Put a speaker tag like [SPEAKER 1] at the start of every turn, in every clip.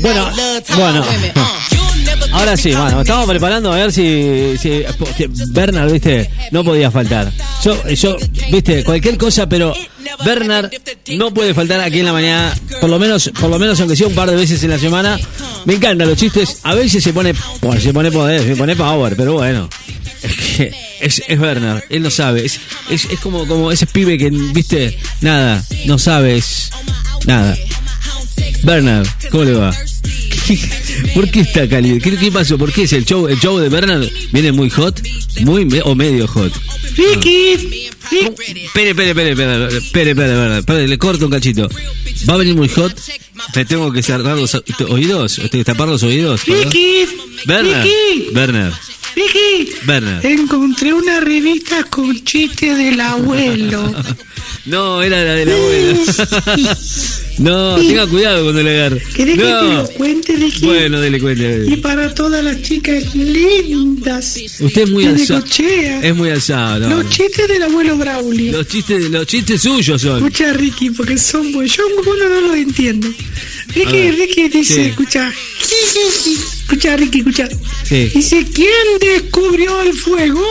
[SPEAKER 1] Bueno, bueno. Ahora sí, mano, estamos preparando a ver si, si que Bernard, viste, no podía faltar. Yo, yo, viste, cualquier cosa, pero Bernard no puede faltar aquí en la mañana, por lo menos, por lo menos aunque sea un par de veces en la semana. Me encantan los chistes, a veces se pone, bueno, se pone poder, se pone power, pero bueno. Es, que es, es Bernard, él no sabe, es, es, es como, como ese pibe que, viste, nada, no sabes, nada. Bernard, ¿cómo le va? ¿Por qué está cálido? ¿Qué, ¿Qué, pasó? ¿Por qué es el show? ¿El show de Bernard viene muy hot? ¿Muy me, o medio hot?
[SPEAKER 2] ¡Ricky!
[SPEAKER 1] Espere, espere, espere, espere, espere, espere, espere, le corto un cachito. ¿Va a venir muy hot? ¿Me tengo que cerrar los oídos? ¿Tapar los oídos?
[SPEAKER 2] ¡Ricky!
[SPEAKER 1] Bernard. Bernard.
[SPEAKER 2] Ricky,
[SPEAKER 1] Bernard.
[SPEAKER 2] encontré una revista con chistes del abuelo.
[SPEAKER 1] No, era la del abuelo. no, tenga cuidado cuando le agarre.
[SPEAKER 2] ¿Querés
[SPEAKER 1] no.
[SPEAKER 2] que te lo cuente, Ricky?
[SPEAKER 1] Bueno, dele cuente.
[SPEAKER 2] Y para todas las chicas lindas.
[SPEAKER 1] Usted es muy
[SPEAKER 2] de
[SPEAKER 1] alzado.
[SPEAKER 2] Necochea,
[SPEAKER 1] Es muy alzado. no.
[SPEAKER 2] Los chistes del abuelo Braulio.
[SPEAKER 1] Los chistes, los chistes suyos son.
[SPEAKER 2] Escucha, Ricky, porque son buenos. Yo uno no los entiendo.
[SPEAKER 1] A
[SPEAKER 2] Ricky,
[SPEAKER 1] ver.
[SPEAKER 2] Ricky dice,
[SPEAKER 1] Sí.
[SPEAKER 2] escucha. Escucha, Ricky, escucha.
[SPEAKER 1] Sí.
[SPEAKER 2] Dice, ¿quién descubrió el fuego?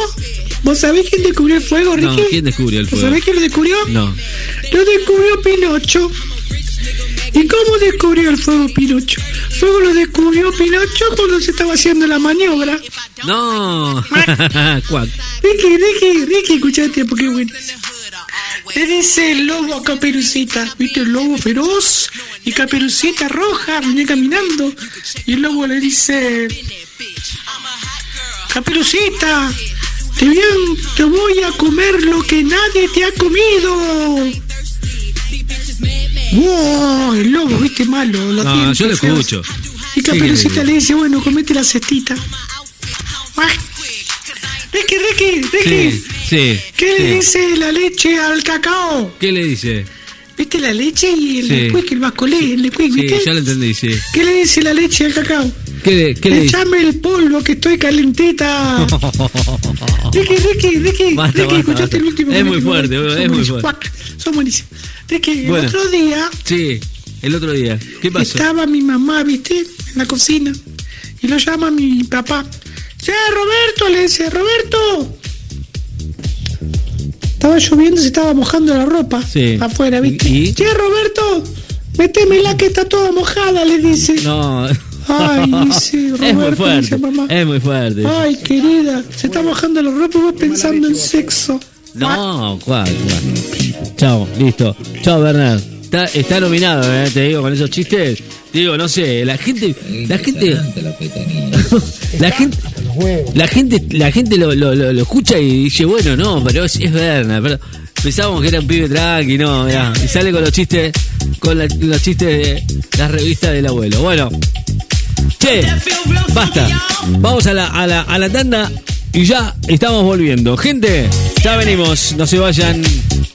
[SPEAKER 2] ¿Vos sabés quién descubrió el fuego, Ricky?
[SPEAKER 1] No, ¿quién descubrió el
[SPEAKER 2] ¿Vos
[SPEAKER 1] fuego?
[SPEAKER 2] sabés quién lo descubrió?
[SPEAKER 1] No.
[SPEAKER 2] Lo descubrió Pinocho. ¿Y cómo descubrió el fuego Pinocho? Fuego lo descubrió Pinocho cuando se estaba haciendo la maniobra.
[SPEAKER 1] No. Cuac.
[SPEAKER 2] Ricky, Ricky, Ricky, escuchate porque es bueno. Le dice el lobo a Caperucita, viste el lobo feroz y Caperucita roja venía caminando y el lobo le dice, Caperucita, te voy a, te voy a comer lo que nadie te ha comido. Wow, el lobo, viste malo. lo
[SPEAKER 1] No,
[SPEAKER 2] tiene,
[SPEAKER 1] yo lo
[SPEAKER 2] feo.
[SPEAKER 1] escucho.
[SPEAKER 2] Y Caperucita
[SPEAKER 1] Sí.
[SPEAKER 2] le dice, bueno, comete la cestita. Ah. Ricky, Ricky, Ricky.
[SPEAKER 1] Sí, sí.
[SPEAKER 2] ¿Qué
[SPEAKER 1] sí.
[SPEAKER 2] le dice la leche al cacao?
[SPEAKER 1] ¿Qué le dice?
[SPEAKER 2] ¿Viste la leche y el
[SPEAKER 1] Sí.
[SPEAKER 2] licuic, el bascolé, el licuic,
[SPEAKER 1] Sí,
[SPEAKER 2] viste?
[SPEAKER 1] ya lo entendí, sí.
[SPEAKER 2] ¿Qué le dice la leche al cacao?
[SPEAKER 1] ¿Qué le, qué le dice?
[SPEAKER 2] Echame el polvo que estoy calentita. Ricky, Ricky, Ricky,
[SPEAKER 1] Basta,
[SPEAKER 2] Ricky,
[SPEAKER 1] basta,
[SPEAKER 2] escuchaste
[SPEAKER 1] basta.
[SPEAKER 2] el último.
[SPEAKER 1] Es
[SPEAKER 2] el
[SPEAKER 1] muy
[SPEAKER 2] último.
[SPEAKER 1] fuerte,
[SPEAKER 2] Son
[SPEAKER 1] es muy
[SPEAKER 2] buenísimos.
[SPEAKER 1] fuerte.
[SPEAKER 2] Cuac, Son buenísimos. Ricky,
[SPEAKER 1] Bueno.
[SPEAKER 2] el otro día
[SPEAKER 1] Sí, el otro día. ¿Qué pasó?
[SPEAKER 2] estaba mi mamá, viste, en la cocina. Y lo llama mi papá. Ya, Roberto, le dice, Roberto. Estaba lloviendo, se estaba mojando la ropa
[SPEAKER 1] Sí.
[SPEAKER 2] afuera, ¿viste?
[SPEAKER 1] ¿Y?
[SPEAKER 2] Ya, Roberto, métemela que está toda mojada, le dice.
[SPEAKER 1] No.
[SPEAKER 2] Ay, sí,
[SPEAKER 1] es muy
[SPEAKER 2] Roberto, dice
[SPEAKER 1] fuerte.
[SPEAKER 2] mamá.
[SPEAKER 1] Es muy fuerte.
[SPEAKER 2] Ay, querida, se está mojando la ropa y vos pensando en sexo.
[SPEAKER 1] No, cuac, cuac. Chao, listo. Chao, Bernard. Está, está nominado, eh, te digo, con esos chistes. Te digo, no sé, la gente. La gente. La gente. La gente, la gente lo, lo- lo- lo escucha y dice, bueno, no, pero es, es Bernard. pero pensábamos que era un pibe tranqui, no, mirá, y sale con los chistes, con la- los chistes de las revistas del abuelo. Bueno, che, basta, vamos a la, a la, a la tanda y ya estamos volviendo. Gente, ya venimos, no se vayan.